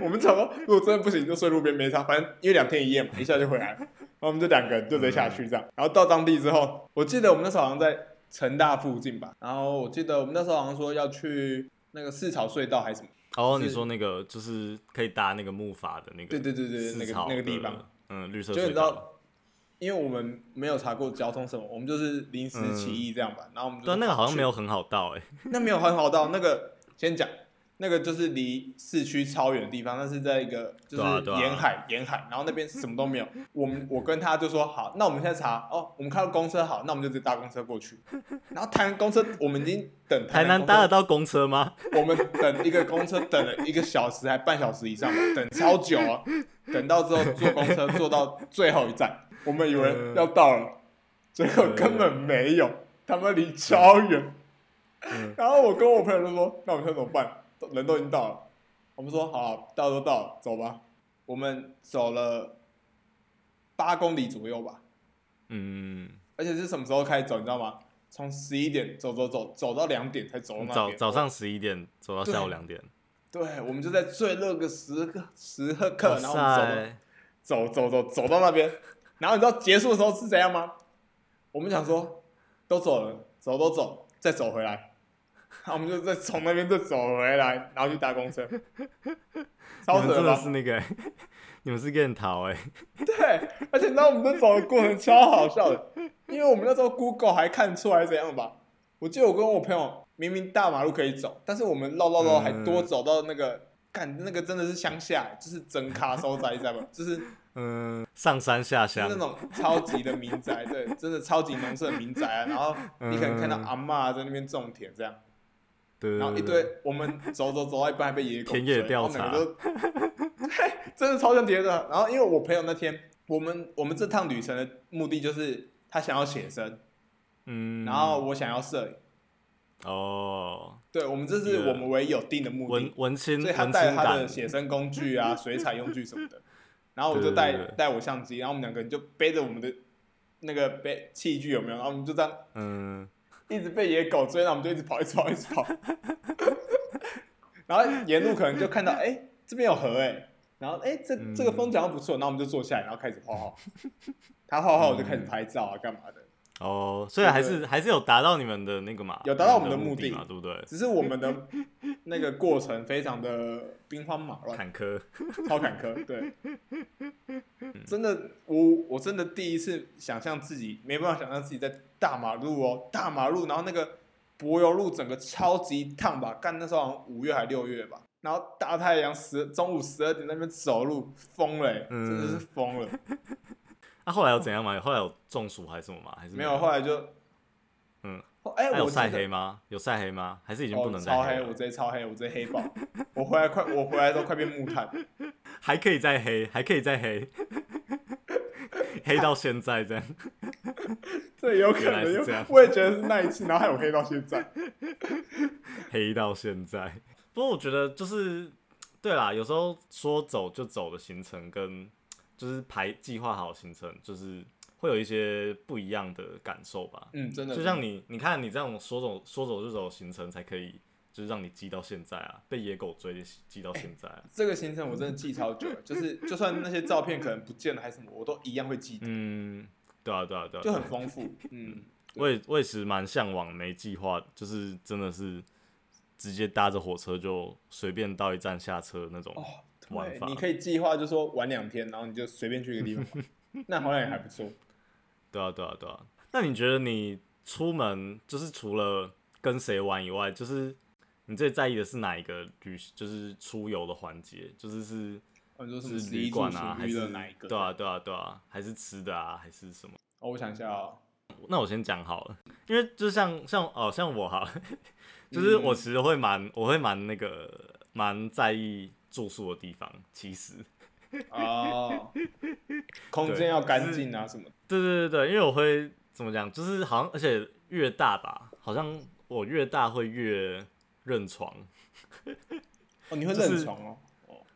Speaker 2: 我们想说，如果真的不行就睡路边没差，反正因为两天一夜嘛，一下就回来了。然后我们就两个人就直接下去
Speaker 1: 嗯
Speaker 2: 这样。然后到当地之后，我记得我们那时候好像在成大附近吧，然后我记得我们那时候好像说要去那个四草隧道还是什么，
Speaker 1: 哦，
Speaker 2: 是
Speaker 1: 你说那个就是可以搭那个木筏的那个，
Speaker 2: 对对对对，那
Speaker 1: 四
Speaker 2: 个
Speaker 1: 草
Speaker 2: 那个地
Speaker 1: 的
Speaker 2: 方，，
Speaker 1: 嗯，绿色
Speaker 2: 就你
Speaker 1: 隧
Speaker 2: 知
Speaker 1: 道。
Speaker 2: 道，因为我们没有查过交通什么，我们就是临时起意这样吧。然后我们就
Speaker 1: 对啊，那个好像没
Speaker 2: 有，
Speaker 1: 有很好到哎、
Speaker 2: 那没有很好到那个先讲。那个就是离市区超远的地方，那是在一个就
Speaker 1: 对啊
Speaker 2: 是
Speaker 1: 对啊
Speaker 2: 沿海、沿海，然后那边什么都没有。我们我跟他就说好，那我们现在查哦，我们看到公车好，那我们就直接搭公车过去。然后台南公车我们已经等
Speaker 1: 台南
Speaker 2: 公
Speaker 1: 搭
Speaker 2: 车
Speaker 1: 得到公车吗？
Speaker 2: 我们等一个公车等了一个小时还半小时以上吧，等超久啊！等到之后坐公车坐到最后一站，我们以为要到了，结果根本没有，他们离超远
Speaker 1: 嗯。
Speaker 2: 然后我跟我朋友就说：“那我们现在怎么办？都人都已经到了。”我们说：“好啊，到都到了，走吧。”我们走了八公里左右吧，
Speaker 1: 嗯，
Speaker 2: 而且是什么时候开始走？你知道吗？从十一点走走走走到两点才走到那
Speaker 1: 早
Speaker 2: 边
Speaker 1: 早上十一点走到下午
Speaker 2: 对
Speaker 1: 两点，
Speaker 2: 对，我们就在最热个时刻时
Speaker 1: 嗯
Speaker 2: 刻
Speaker 1: 哇
Speaker 2: 刻， 然后我们
Speaker 1: 塞，
Speaker 2: 走走走走走到那边，然后你知道结束的时候是怎样吗？我们想说，都走了，走都走，再走回来，然后我们就再从那边再走回来，然后去搭公 车，
Speaker 1: 你
Speaker 2: 超
Speaker 1: 们
Speaker 2: 扯的
Speaker 1: 真的
Speaker 2: 吧
Speaker 1: 是？那个、 欸，你们是跟逃哎、
Speaker 2: 对，而且你知道我们在走的过程超好笑的，因为我们那时候 Google 还看出来怎样吧？我记得我跟我朋友明明大马路可以走，但是我们绕绕绕还多走到那个，干、那个真的是乡下，就是整卡收宅在吧，就是
Speaker 1: 嗯，上山下
Speaker 2: 就是
Speaker 1: 乡
Speaker 2: 那，种超级的民宅，对，真的超级农村的民宅啊。然后你可能看到阿嬷在那边种田这样，
Speaker 1: 对，
Speaker 2: 然后一堆我们走走走到一半还被野狗
Speaker 1: 田野
Speaker 2: 追
Speaker 1: 调查
Speaker 2: 然后我们两个就真的超像谍的。然后因为我朋友那天，我们我们这趟旅程的目的就是他想要写生，
Speaker 1: 嗯，
Speaker 2: 然后我想要摄影，
Speaker 1: 哦，
Speaker 2: 对我们这是我们唯一有定的目
Speaker 1: 文
Speaker 2: 的，
Speaker 1: 文青
Speaker 2: 所以他
Speaker 1: 文青
Speaker 2: 带了他
Speaker 1: 感
Speaker 2: 的，写生工具啊、水彩用具什么的， 然后我
Speaker 1: 对
Speaker 2: 就
Speaker 1: 对
Speaker 2: 带
Speaker 1: 对对
Speaker 2: 带我相机，然后我们两个人就背着我们的那个背器具有没有？然后我们就这样
Speaker 1: 嗯，
Speaker 2: 一直被野狗追，然后我们就一直跑，一直跑，一直跑。 然后沿路可能就看到，哎、这边有河、哎，然后哎、这
Speaker 1: 嗯
Speaker 2: 这个风景好像不错，然后我们就坐下来，然后开始画画。他画画，我就开始拍照啊，干嘛的？
Speaker 1: 哦，所以还是还是有达到你们的那个嘛，
Speaker 2: 有达到我们
Speaker 1: 的
Speaker 2: 的目的
Speaker 1: 嘛，对不对？
Speaker 2: 只是我们的那个过程非常的兵荒马乱，
Speaker 1: 坎坷，
Speaker 2: 超坎坷。对，
Speaker 1: 嗯
Speaker 2: 真的，我我真的第一次想象自己没办法想象自己在大马路哦，大马路，然后那个柏油路整个超级烫吧，干那时候好像五月还六月吧，然后大太阳十中午十二点那边走路疯了、欸，
Speaker 1: 嗯
Speaker 2: 真的是 疯了。
Speaker 1: 那、啊后来有怎样嘛？后来有中暑还是什么吗？还是
Speaker 2: 没
Speaker 1: 有
Speaker 2: 有，？后来就
Speaker 1: 嗯
Speaker 2: 后，哎、
Speaker 1: 还
Speaker 2: 我
Speaker 1: 有
Speaker 2: 记得
Speaker 1: 晒黑吗？有晒黑吗？还是已经不
Speaker 2: 哦，
Speaker 1: 能再
Speaker 2: 超黑，
Speaker 1: 了？
Speaker 2: 我直接超黑，我直接黑爆。 我回来快，我回来的时候快变 木炭。
Speaker 1: 还可以再黑，还可以再黑， 黑到现在这样。
Speaker 2: 这有可
Speaker 1: 原来
Speaker 2: 能，
Speaker 1: 是
Speaker 2: 有
Speaker 1: 这样
Speaker 2: 我也觉得是那一次，然后还有黑到现在。
Speaker 1: 黑到现在。 不过我觉得就是，对啦，有时候说走就走的行程跟就是排计划好的行程，就是会有一些不一样的感受吧。
Speaker 2: 嗯，真的，
Speaker 1: 就像你，你看你这样说走说走就走的行程，才可以就是让你记到现在啊，被野狗追记到现在、啊。
Speaker 2: 这个行程我真的记超久了， 就是就算那些照片可能不见了还是什么，我都一样会记得，
Speaker 1: 嗯，对啊，对啊，对啊，
Speaker 2: 就很丰富。嗯，
Speaker 1: 我也我也是蛮向往没计划，就是真的是直接搭着火车就随便到一站下车那种。
Speaker 2: 哦，
Speaker 1: 玩
Speaker 2: 对
Speaker 1: 法，
Speaker 2: 你可以计划就说玩两天，然后你就随便去一个地方 玩，那好像也还不错。
Speaker 1: 对啊，对啊，对啊。那你觉得你出门就是除了跟谁玩以外，就是你最在意的是哪一个旅，就是出游的环节？就是是
Speaker 2: 他们说什么
Speaker 1: 是
Speaker 2: 十
Speaker 1: 旅
Speaker 2: 一住
Speaker 1: 馆
Speaker 2: 行
Speaker 1: 啊，还
Speaker 2: 娱乐
Speaker 1: 是
Speaker 2: 哪一个？
Speaker 1: 对啊，对啊，对啊，还是吃的啊，还是什么？
Speaker 2: 哦，我想一下哦，
Speaker 1: 那我先讲好了，因为就像像哦，像我哈， 就是我其实会蛮，我会蛮那个蛮在意住宿的地方，其实。
Speaker 2: 哦，空间要干净啊什么的。
Speaker 1: 对对对对，因为我会怎么讲，就是好像而且越大吧，好像我越大会越认床，
Speaker 2: 哦，你会
Speaker 1: 就是
Speaker 2: 认床哦？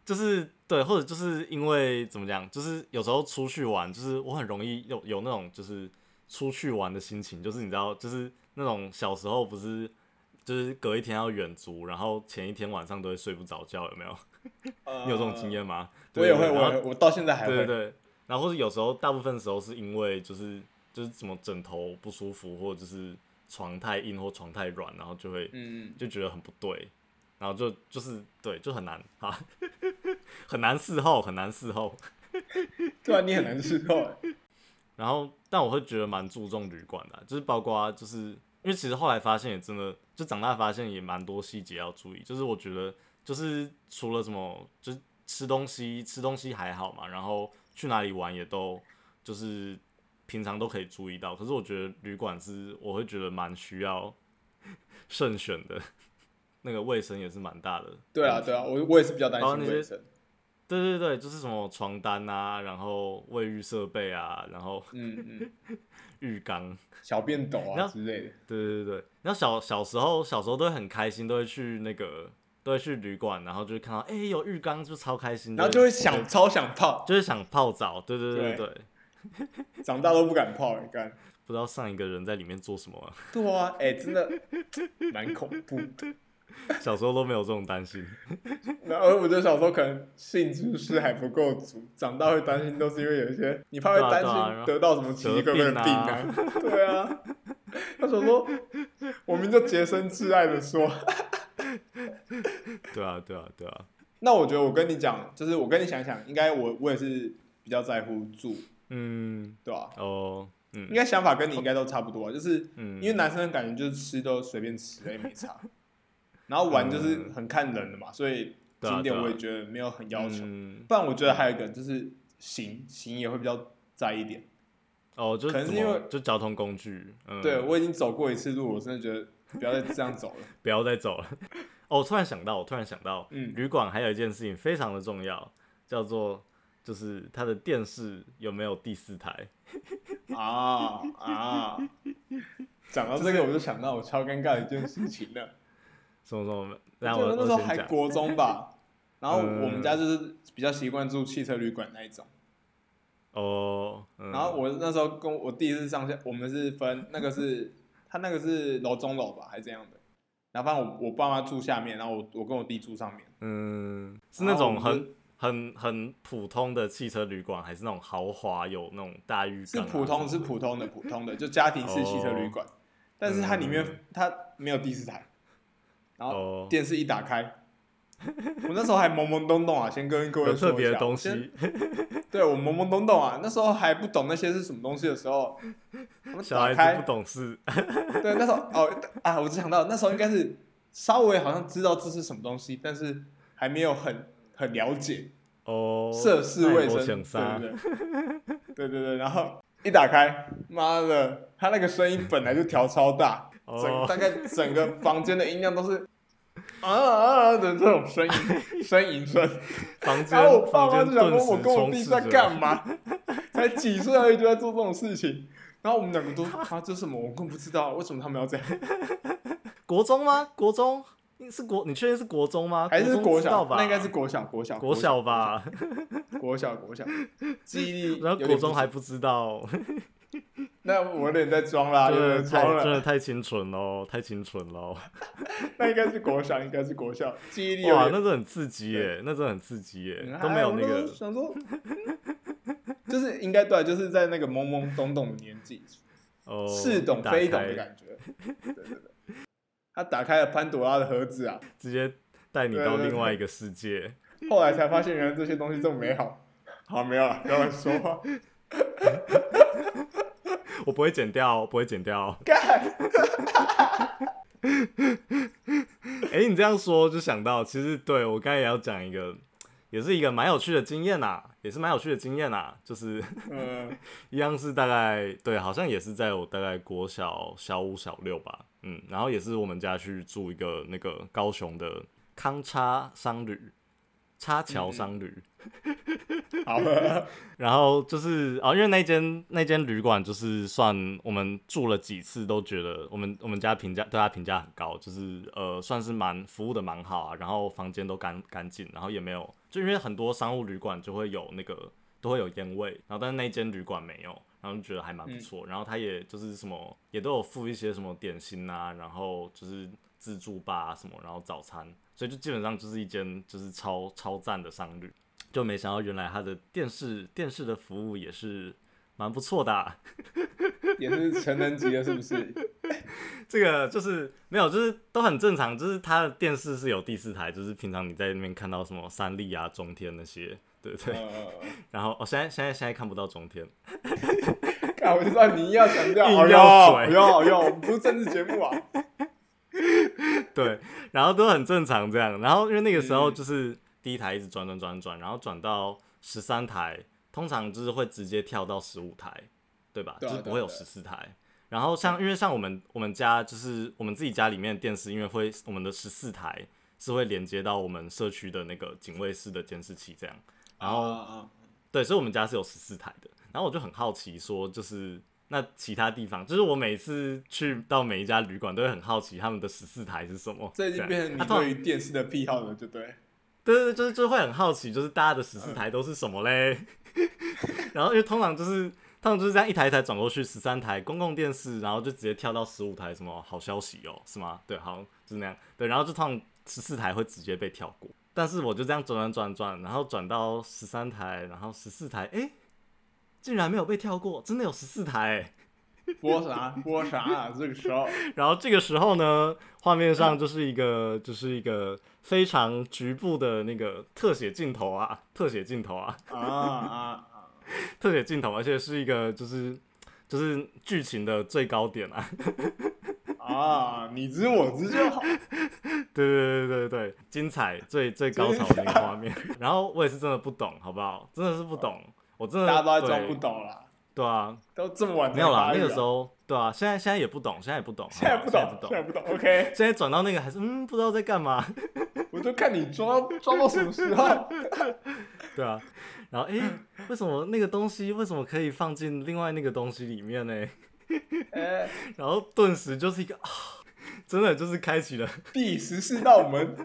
Speaker 1: 就是对，或者就是因为怎么讲，就是有时候出去玩，就是我很容易有有那种就是出去玩的心情，就是你知道，就是那种小时候不是。就是隔一天要远足，然后前一天晚上都会睡不着觉，有没有？你有这种经验吗？
Speaker 2: 呃？我也会，
Speaker 1: 对对对然后
Speaker 2: 我也会我到现在还
Speaker 1: 对对
Speaker 2: 会。
Speaker 1: 对，然后或是有时候大部分时候是因为就是就是怎么枕头不舒服，或者就是床太硬或床太软，然后就会
Speaker 2: 嗯，
Speaker 1: 就觉得很不对，然后就就是对就很难啊， 很难事后很难事后。
Speaker 2: 对啊，你很难吃透欸。
Speaker 1: 然后但我会觉得蛮注重旅馆的啊、就是包括就是因为其实后来发现也真的就长大发现也蛮多细节要注意，就是我觉得就是除了什么就是吃东西吃东西还好嘛，然后去哪里玩也都就是平常都可以注意到，可是我觉得旅馆是我会觉得蛮需要慎选的， 那个卫生也是蛮大的。
Speaker 2: 对啊，对啊，我我也是比较担
Speaker 1: 哦
Speaker 2: 心
Speaker 1: 你是
Speaker 2: 卫生。
Speaker 1: 对对对，就是什么床单啊，然后卫浴设备啊，然后
Speaker 2: 嗯嗯，
Speaker 1: 浴缸。
Speaker 2: 小便斗
Speaker 1: 那
Speaker 2: 啊之类的。
Speaker 1: 对对对，对然后小小时候小时候都会很开心，都会去那个都会去旅馆，然后就会看到哎、诶有浴缸，就超开心的，
Speaker 2: 然后就会想超想泡，
Speaker 1: 就是想泡澡，对对对对，
Speaker 2: 对
Speaker 1: 对
Speaker 2: 长大都不敢泡，你看。
Speaker 1: 不知道上一个人在里面做什么啊、
Speaker 2: 对啊，哎、真的蛮恐怖的。
Speaker 1: 小时候都没有这种担心，
Speaker 2: 然后我就小时候可能性知识还不够足，长大会担心都是因为有一些你怕会
Speaker 1: 对
Speaker 2: 担
Speaker 1: 啊对啊然后
Speaker 2: 心得到什么奇奇怪怪的
Speaker 1: 得
Speaker 2: 病
Speaker 1: 病啊
Speaker 2: 啊，对啊。他想说，我们就洁身自爱的说，
Speaker 1: 对啊对啊对啊，
Speaker 2: 那我觉得我跟你讲，就是我跟你想想，应该我我也是比较在乎住，
Speaker 1: 嗯
Speaker 2: 对吧、
Speaker 1: 哦嗯
Speaker 2: 应该想法跟你应该都差不多啊，就是
Speaker 1: 嗯，
Speaker 2: 因为男生的感觉就是吃都随便吃，哎也没差。然后玩就是
Speaker 1: 嗯
Speaker 2: 很看人的嘛，所以
Speaker 1: 对啊
Speaker 2: 景点
Speaker 1: 对啊
Speaker 2: 我也觉得没有很要求。
Speaker 1: 嗯
Speaker 2: 不然我觉得还有一个就是行行也会比较在意一点。
Speaker 1: 哦，就
Speaker 2: 可能
Speaker 1: 怎
Speaker 2: 是因
Speaker 1: 么
Speaker 2: 为
Speaker 1: 就交通工具，嗯，
Speaker 2: 对我已经走过一次路，我真的觉得不要再这样走了。
Speaker 1: 不要再走了。 哦，我突然想到，我突然想到，
Speaker 2: 嗯
Speaker 1: 旅馆还有一件事情非常的重要，叫做就是它的电视有没有第四台。
Speaker 2: 啊啊！讲到这个，我就想到我超尴尬的一件事情了。
Speaker 1: 什么什么？
Speaker 2: 我
Speaker 1: 然
Speaker 2: 记
Speaker 1: 后
Speaker 2: 得
Speaker 1: 我
Speaker 2: 那时候
Speaker 1: 我先
Speaker 2: 还
Speaker 1: 讲，
Speaker 2: 国中吧， 然后
Speaker 1: 嗯
Speaker 2: 我们家就是比较习惯住汽车旅馆那一种。
Speaker 1: 哦，嗯、
Speaker 2: 然后我那时候跟我第一次上下，我们是分那个是他那个是楼中楼吧，还是怎样的？然后反正我我爸妈住下面，然后我我跟我弟住上面。
Speaker 1: 嗯，是
Speaker 2: 然
Speaker 1: 那
Speaker 2: 后
Speaker 1: 种
Speaker 2: 我们
Speaker 1: 很很很普通的汽车旅馆，还是那种豪华有那种大浴
Speaker 2: 是
Speaker 1: 缸啊、
Speaker 2: 普通，是普通的，普通的，就家庭式汽车旅馆，但是它里面、
Speaker 1: 哦嗯
Speaker 2: 它没有第四台，然
Speaker 1: 哦
Speaker 2: 后电视一打开，我那时候还懵懵懂懂啊，先跟各位
Speaker 1: 有
Speaker 2: 说
Speaker 1: 特
Speaker 2: 一
Speaker 1: 别的
Speaker 2: 下
Speaker 1: 东，
Speaker 2: 先
Speaker 1: 西，
Speaker 2: 对我懵懵懂懂啊，那时候还不懂那些是什么东西的 时候，我
Speaker 1: 小
Speaker 2: 打
Speaker 1: 孩
Speaker 2: 开
Speaker 1: 子不懂事。
Speaker 2: 对，那时候哦啊，我只想到那时候应该是稍微好像知道这是什么东西，但是还没有很很了解
Speaker 1: 哦，
Speaker 2: 涉世
Speaker 1: 那
Speaker 2: 未
Speaker 1: 我
Speaker 2: 深，
Speaker 1: 想杀
Speaker 2: 对对 对，对对对，然后一打开，妈的，他那个声音本来就调超大，整
Speaker 1: 哦
Speaker 2: 大概整个房间的音量都是。啊啊啊的这种呻吟呻吟声，
Speaker 1: 房间
Speaker 2: 然后我爸
Speaker 1: 房
Speaker 2: 妈
Speaker 1: 间
Speaker 2: 就想
Speaker 1: 顿
Speaker 2: 说，
Speaker 1: 时
Speaker 2: 我跟我
Speaker 1: 充
Speaker 2: 弟
Speaker 1: 斥
Speaker 2: 在
Speaker 1: 着。
Speaker 2: 干嘛？才几岁而已就在做这种事情，然后我们两个都啊，这是什么？我更不知道为什么他们要这样。
Speaker 1: 国中吗？国中是国？你确定是国中吗？
Speaker 2: 还是
Speaker 1: 中
Speaker 2: 国
Speaker 1: 知道
Speaker 2: 小，
Speaker 1: 吧？
Speaker 2: 那应该是国小，啊国小，
Speaker 1: 国小，吧。
Speaker 2: 国小，国小， 记忆力。
Speaker 1: 然后国中还，不知道，
Speaker 2: 那我有点在 装啦，啊有
Speaker 1: 真的
Speaker 2: 点
Speaker 1: 太
Speaker 2: 装
Speaker 1: 真
Speaker 2: 了。
Speaker 1: 的太清纯喽，太清纯喽！
Speaker 2: 那应该是国小，应该是国小，记忆力有
Speaker 1: 哇，
Speaker 2: 点
Speaker 1: 那是很刺激耶，那真的很刺激耶
Speaker 2: 嗯，
Speaker 1: 都没
Speaker 2: 哎
Speaker 1: 有
Speaker 2: 我
Speaker 1: 那个
Speaker 2: 时候想说， 就是应该对，啊就是在那个懵懵懂懂的年纪，
Speaker 1: 哦，
Speaker 2: 似懂
Speaker 1: 打
Speaker 2: 非懂
Speaker 1: 开
Speaker 2: 的感觉。对对对，他打开了潘朵拉的盒子啊，
Speaker 1: 直接带你
Speaker 2: 对
Speaker 1: 到
Speaker 2: 对
Speaker 1: 另
Speaker 2: 对
Speaker 1: 外一个世界。
Speaker 2: 后来才发现原来这些东西这么美好。好，没有了，不要乱说话。
Speaker 1: 我不会剪掉哦，不会剪掉哦。
Speaker 2: 干，
Speaker 1: 哎、你这样说就想到，其实对我刚才也要讲一个，也是一个蛮有趣的经验呐、也是蛮有趣的经验呐、就是
Speaker 2: 嗯，
Speaker 1: 一样是大概对，好像也是在我大概国小小五小六吧，嗯，然后也是我们家去住一个那个高雄的康差商旅，插桥商旅，
Speaker 2: 好了，
Speaker 1: 然后就是啊、哦因为那间那间旅馆就是算我们住了几次都觉得我们我们家评价对他评价很高，就是呃算是蛮服务的蛮好啊，然后房间都干干净，然后也没有，就因为很多商务旅馆就会有那个都会有烟味，然后但是那间旅馆没有，然后就觉得还蛮不错，然后他也就是什么也都有付一些什么点心啊，然后就是自助吧、啊什么，然后早餐，所以就基本上就是一间就是超超赞的商旅。就没想到原来他的电视电视的服务也是蛮不错的啊、
Speaker 2: 也是成人级的，是不是？
Speaker 1: 这个就是没有，就是都很正常，就是他的电视是有第四台，就是平常你在那边看到什么三立啊、中天那些，对不对？
Speaker 2: 嗯，
Speaker 1: 然后哦，现在现在现在看不到中天，
Speaker 2: 看我就知道你要强调，哦
Speaker 1: 硬
Speaker 2: 好
Speaker 1: 要
Speaker 2: 用，好
Speaker 1: 嘴
Speaker 2: 用，好用，我们不是政治节 目啊。
Speaker 1: 对，然后都很正常这样。然后因为那个时候
Speaker 2: 嗯
Speaker 1: 就是第一台一直转转转转，然后转到十三台，通常就是会直接跳到十五台，对吧？
Speaker 2: 对啊
Speaker 1: 就是不
Speaker 2: 对啊
Speaker 1: 会有
Speaker 2: 对啊啊
Speaker 1: 十四台。然后像因为像我们我们家就是我们自己家里面的电视，因为会我们的十四台是会连接到我们社区的那个警卫室的监视器这样。然后
Speaker 2: 啊啊啊
Speaker 1: 对，所以我们家是有十四台的。然后我就很好奇，说就是那其他地方，就是我每次去到每一家旅馆，都会很好奇他们的十四台是什么。
Speaker 2: 这已经
Speaker 1: 样
Speaker 2: 变成
Speaker 1: 啊
Speaker 2: 你
Speaker 1: 通常
Speaker 2: 对于电视的癖好了，对不对？
Speaker 1: 对对，就是就会很好奇，就是大家的十四台都是什么嘞？然后因为通常就是他们就是这样一台一台转过去，十三台公共电视，然后就直接跳到十五台什么好消息哦，是吗？对，好就是那样。对，然后就通常十四台会直接被跳过，但是我就这样转转转转，然后转到十三台，然后十四台，诶，竟然没有被跳过，真的有十四台、诶
Speaker 2: 播啥播啥啊？这个时候，
Speaker 1: 然后这个时候呢，画面上就是一个就是一个非常局部的那个特写镜头啊，特写镜头啊。
Speaker 2: 啊啊啊！
Speaker 1: 特写镜头，而且是一个就是就是剧情的最高点啊！
Speaker 2: 啊，你知我知就好。
Speaker 1: 对对对对对，精彩最最高潮的那个画面。然后我也是真的不懂，好不好？真的是不懂，我真的
Speaker 2: 大家都在装
Speaker 1: 对
Speaker 2: 不懂啦，
Speaker 1: 对啊，
Speaker 2: 都这么晚才
Speaker 1: 没有啦
Speaker 2: 发，育
Speaker 1: 那个
Speaker 2: 啊
Speaker 1: 时候对啊，现在现在也不懂，现在也不懂，
Speaker 2: 现在不
Speaker 1: 好不好现
Speaker 2: 懂，现在
Speaker 1: 在不懂。
Speaker 2: 不懂。OK，
Speaker 1: 现在转到那个还是嗯不知道在干嘛，
Speaker 2: 我就看你装装到什么时候。
Speaker 1: 对啊，然后诶，为什么那个东西为什么可以放进另外那个东西里面呢？
Speaker 2: 呃，
Speaker 1: 然后顿时就是一个 啊，真的就是开启了
Speaker 2: 第十四道门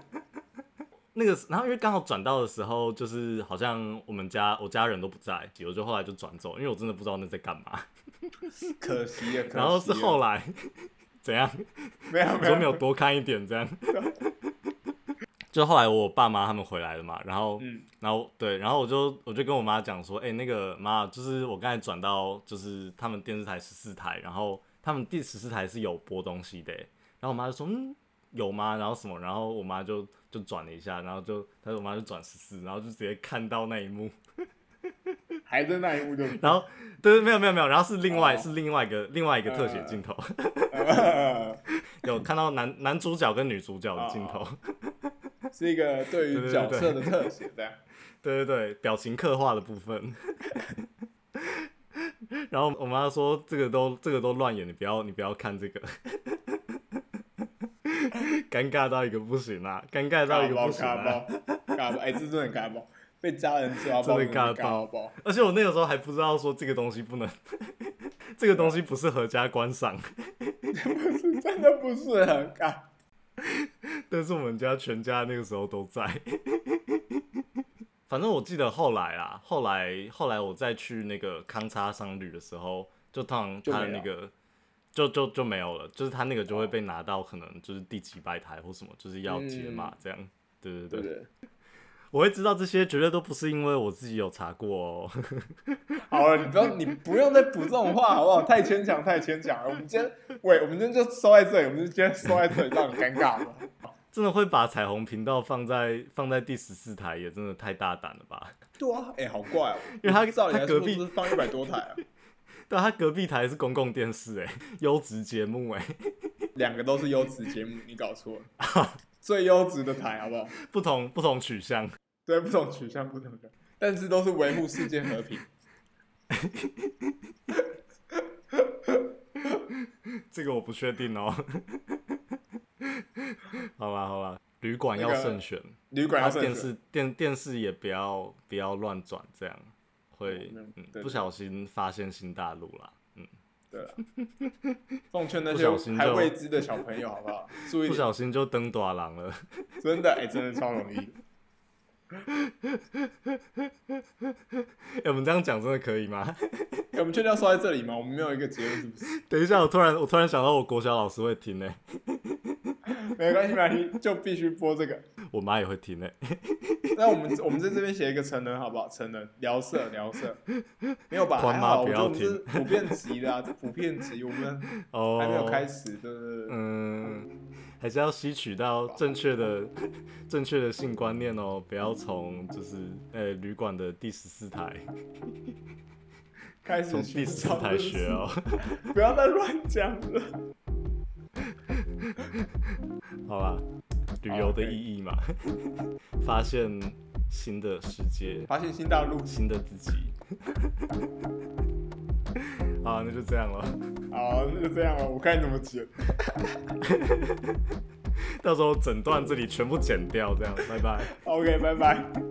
Speaker 1: 那个，然后因为刚好转到的时候，就是好像我们家我家人都不在，我就后来就转走，因为我真的不知道那在干嘛。
Speaker 2: 可惜了，可惜了啊
Speaker 1: 然后是后来 怎样，
Speaker 2: 没 有
Speaker 1: 我
Speaker 2: 没
Speaker 1: 说
Speaker 2: 有
Speaker 1: 没有，多看一点这样。 就后来我爸妈他们回来了嘛，然后
Speaker 2: 嗯，
Speaker 1: 然后对，然后我就我就跟我妈讲说，哎、那个妈，就是我刚才转到就是他们电视台十四台，然后他们第十四台是有播东西的欸、然后我妈就说，嗯，有吗？然后什么？然后我妈就就转了一下，然后就她说我妈就转十四，然后就直接看到那一幕，
Speaker 2: 还在那一幕就
Speaker 1: 然后对，没有没有没有，然后是另外、
Speaker 2: 哦嗯
Speaker 1: 是另外一个另外一个特写镜头，
Speaker 2: 呃
Speaker 1: 有看到男男主角跟女主角的镜头，
Speaker 2: 哦是一个
Speaker 1: 对对
Speaker 2: 对于
Speaker 1: 对
Speaker 2: 角色的特写，这样。
Speaker 1: 对对对，表情刻画的部分。然后我妈说：“这个都这个都乱演，你不要你不要看这个。”尴尬到一个不行啊！尴尬到一个
Speaker 2: 包
Speaker 1: 不行
Speaker 2: 嘎
Speaker 1: 啊！
Speaker 2: 包嘎包，哎，这真的很嘎包，被家人抓包
Speaker 1: 真的
Speaker 2: 嘎
Speaker 1: 嘎爆
Speaker 2: 包包。
Speaker 1: 而且我那个时候还不知道说这个东西不能，这个东西不适合家观赏，
Speaker 2: 真的不是很尬。
Speaker 1: 但是我们家全家那个时候都在。反正我记得后来啊，后来后来我再去那个康差商旅的时候，就通常
Speaker 2: 就
Speaker 1: 他
Speaker 2: 没
Speaker 1: 的那
Speaker 2: 了哦
Speaker 1: 个就就就没有了，就是他那个就会被拿到可能就是第几百台或什么，就是要解码这样。对对对，
Speaker 2: 嗯对不对？
Speaker 1: 我会知道这些，绝对都不是因为我自己有查过哦。
Speaker 2: 好了，你不要，你不用再补这种话，好不好？太牵强，太牵强了。我们今天，喂，我们今天就收在这里，我们就今天收在这里，让你尴尬了。
Speaker 1: 真的会把彩虹频道放在放在第十四台，也真的太大胆了吧？
Speaker 2: 对啊，哎、好怪哦、
Speaker 1: 因为他
Speaker 2: 照理
Speaker 1: 他
Speaker 2: 来
Speaker 1: 隔
Speaker 2: 说
Speaker 1: 壁
Speaker 2: 不是放一百多台啊，
Speaker 1: 对啊，他隔壁台是公共电视哎、优质节目哎、
Speaker 2: 两个都是优质节目，你搞错了，最优质的台好不好？
Speaker 1: 不同不同取向。
Speaker 2: 对，不同取向，不同的，但是都是维护世界和平。
Speaker 1: 这个我不确定哦。 好吧，好吧，旅馆要慎选，
Speaker 2: 旅馆要
Speaker 1: 啊
Speaker 2: 慎
Speaker 1: 电
Speaker 2: 选
Speaker 1: 视电电视也不要不要乱转，这样会
Speaker 2: 嗯
Speaker 1: 嗯
Speaker 2: 对
Speaker 1: 不小心发现新大陆啦。嗯，
Speaker 2: 对了，奉劝那
Speaker 1: 不
Speaker 2: 些
Speaker 1: 小心就
Speaker 2: 还未知的小朋友，好不好？注意
Speaker 1: 不
Speaker 2: 点，
Speaker 1: 小心就登短廊了。
Speaker 2: 真的，哎、真的超容易。
Speaker 1: 哎、我们这样讲真的可以吗？
Speaker 2: 哎我们确定要说在这里吗？我们没有一个结论，是不是？
Speaker 1: 等一下，我突然我突然想到，我国小老师会欸听呢、
Speaker 2: 没关系，没关系，就必须播这个。
Speaker 1: 我妈也会欸听呢、
Speaker 2: 那我们我们在这边写一个成人，好不好？成人聊色聊色，没有吧？
Speaker 1: 宽
Speaker 2: 还
Speaker 1: 妈
Speaker 2: 好，我
Speaker 1: 不
Speaker 2: 觉
Speaker 1: 要
Speaker 2: 得我们是普遍级的啊，这普遍级，我们
Speaker 1: 哦，
Speaker 2: 还没有开始，对对对。
Speaker 1: 嗯，还是要吸取到正确的、 正确的性观念哦，不要从就是呃旅馆的第十四台，
Speaker 2: 开
Speaker 1: 从
Speaker 2: 始
Speaker 1: 第十
Speaker 2: 寻
Speaker 1: 四
Speaker 2: 找
Speaker 1: 台学哦。
Speaker 2: 不要再乱讲了。
Speaker 1: 好吧，旅游的意义嘛， 发现新的世界，
Speaker 2: 发现新大陆，
Speaker 1: 新的自己。 好啊，那就这样 了，
Speaker 2: 好，那就这样了，我看你怎么剪。
Speaker 1: 到时候整段这里全部剪掉，这样，拜拜。
Speaker 2: OK，拜拜。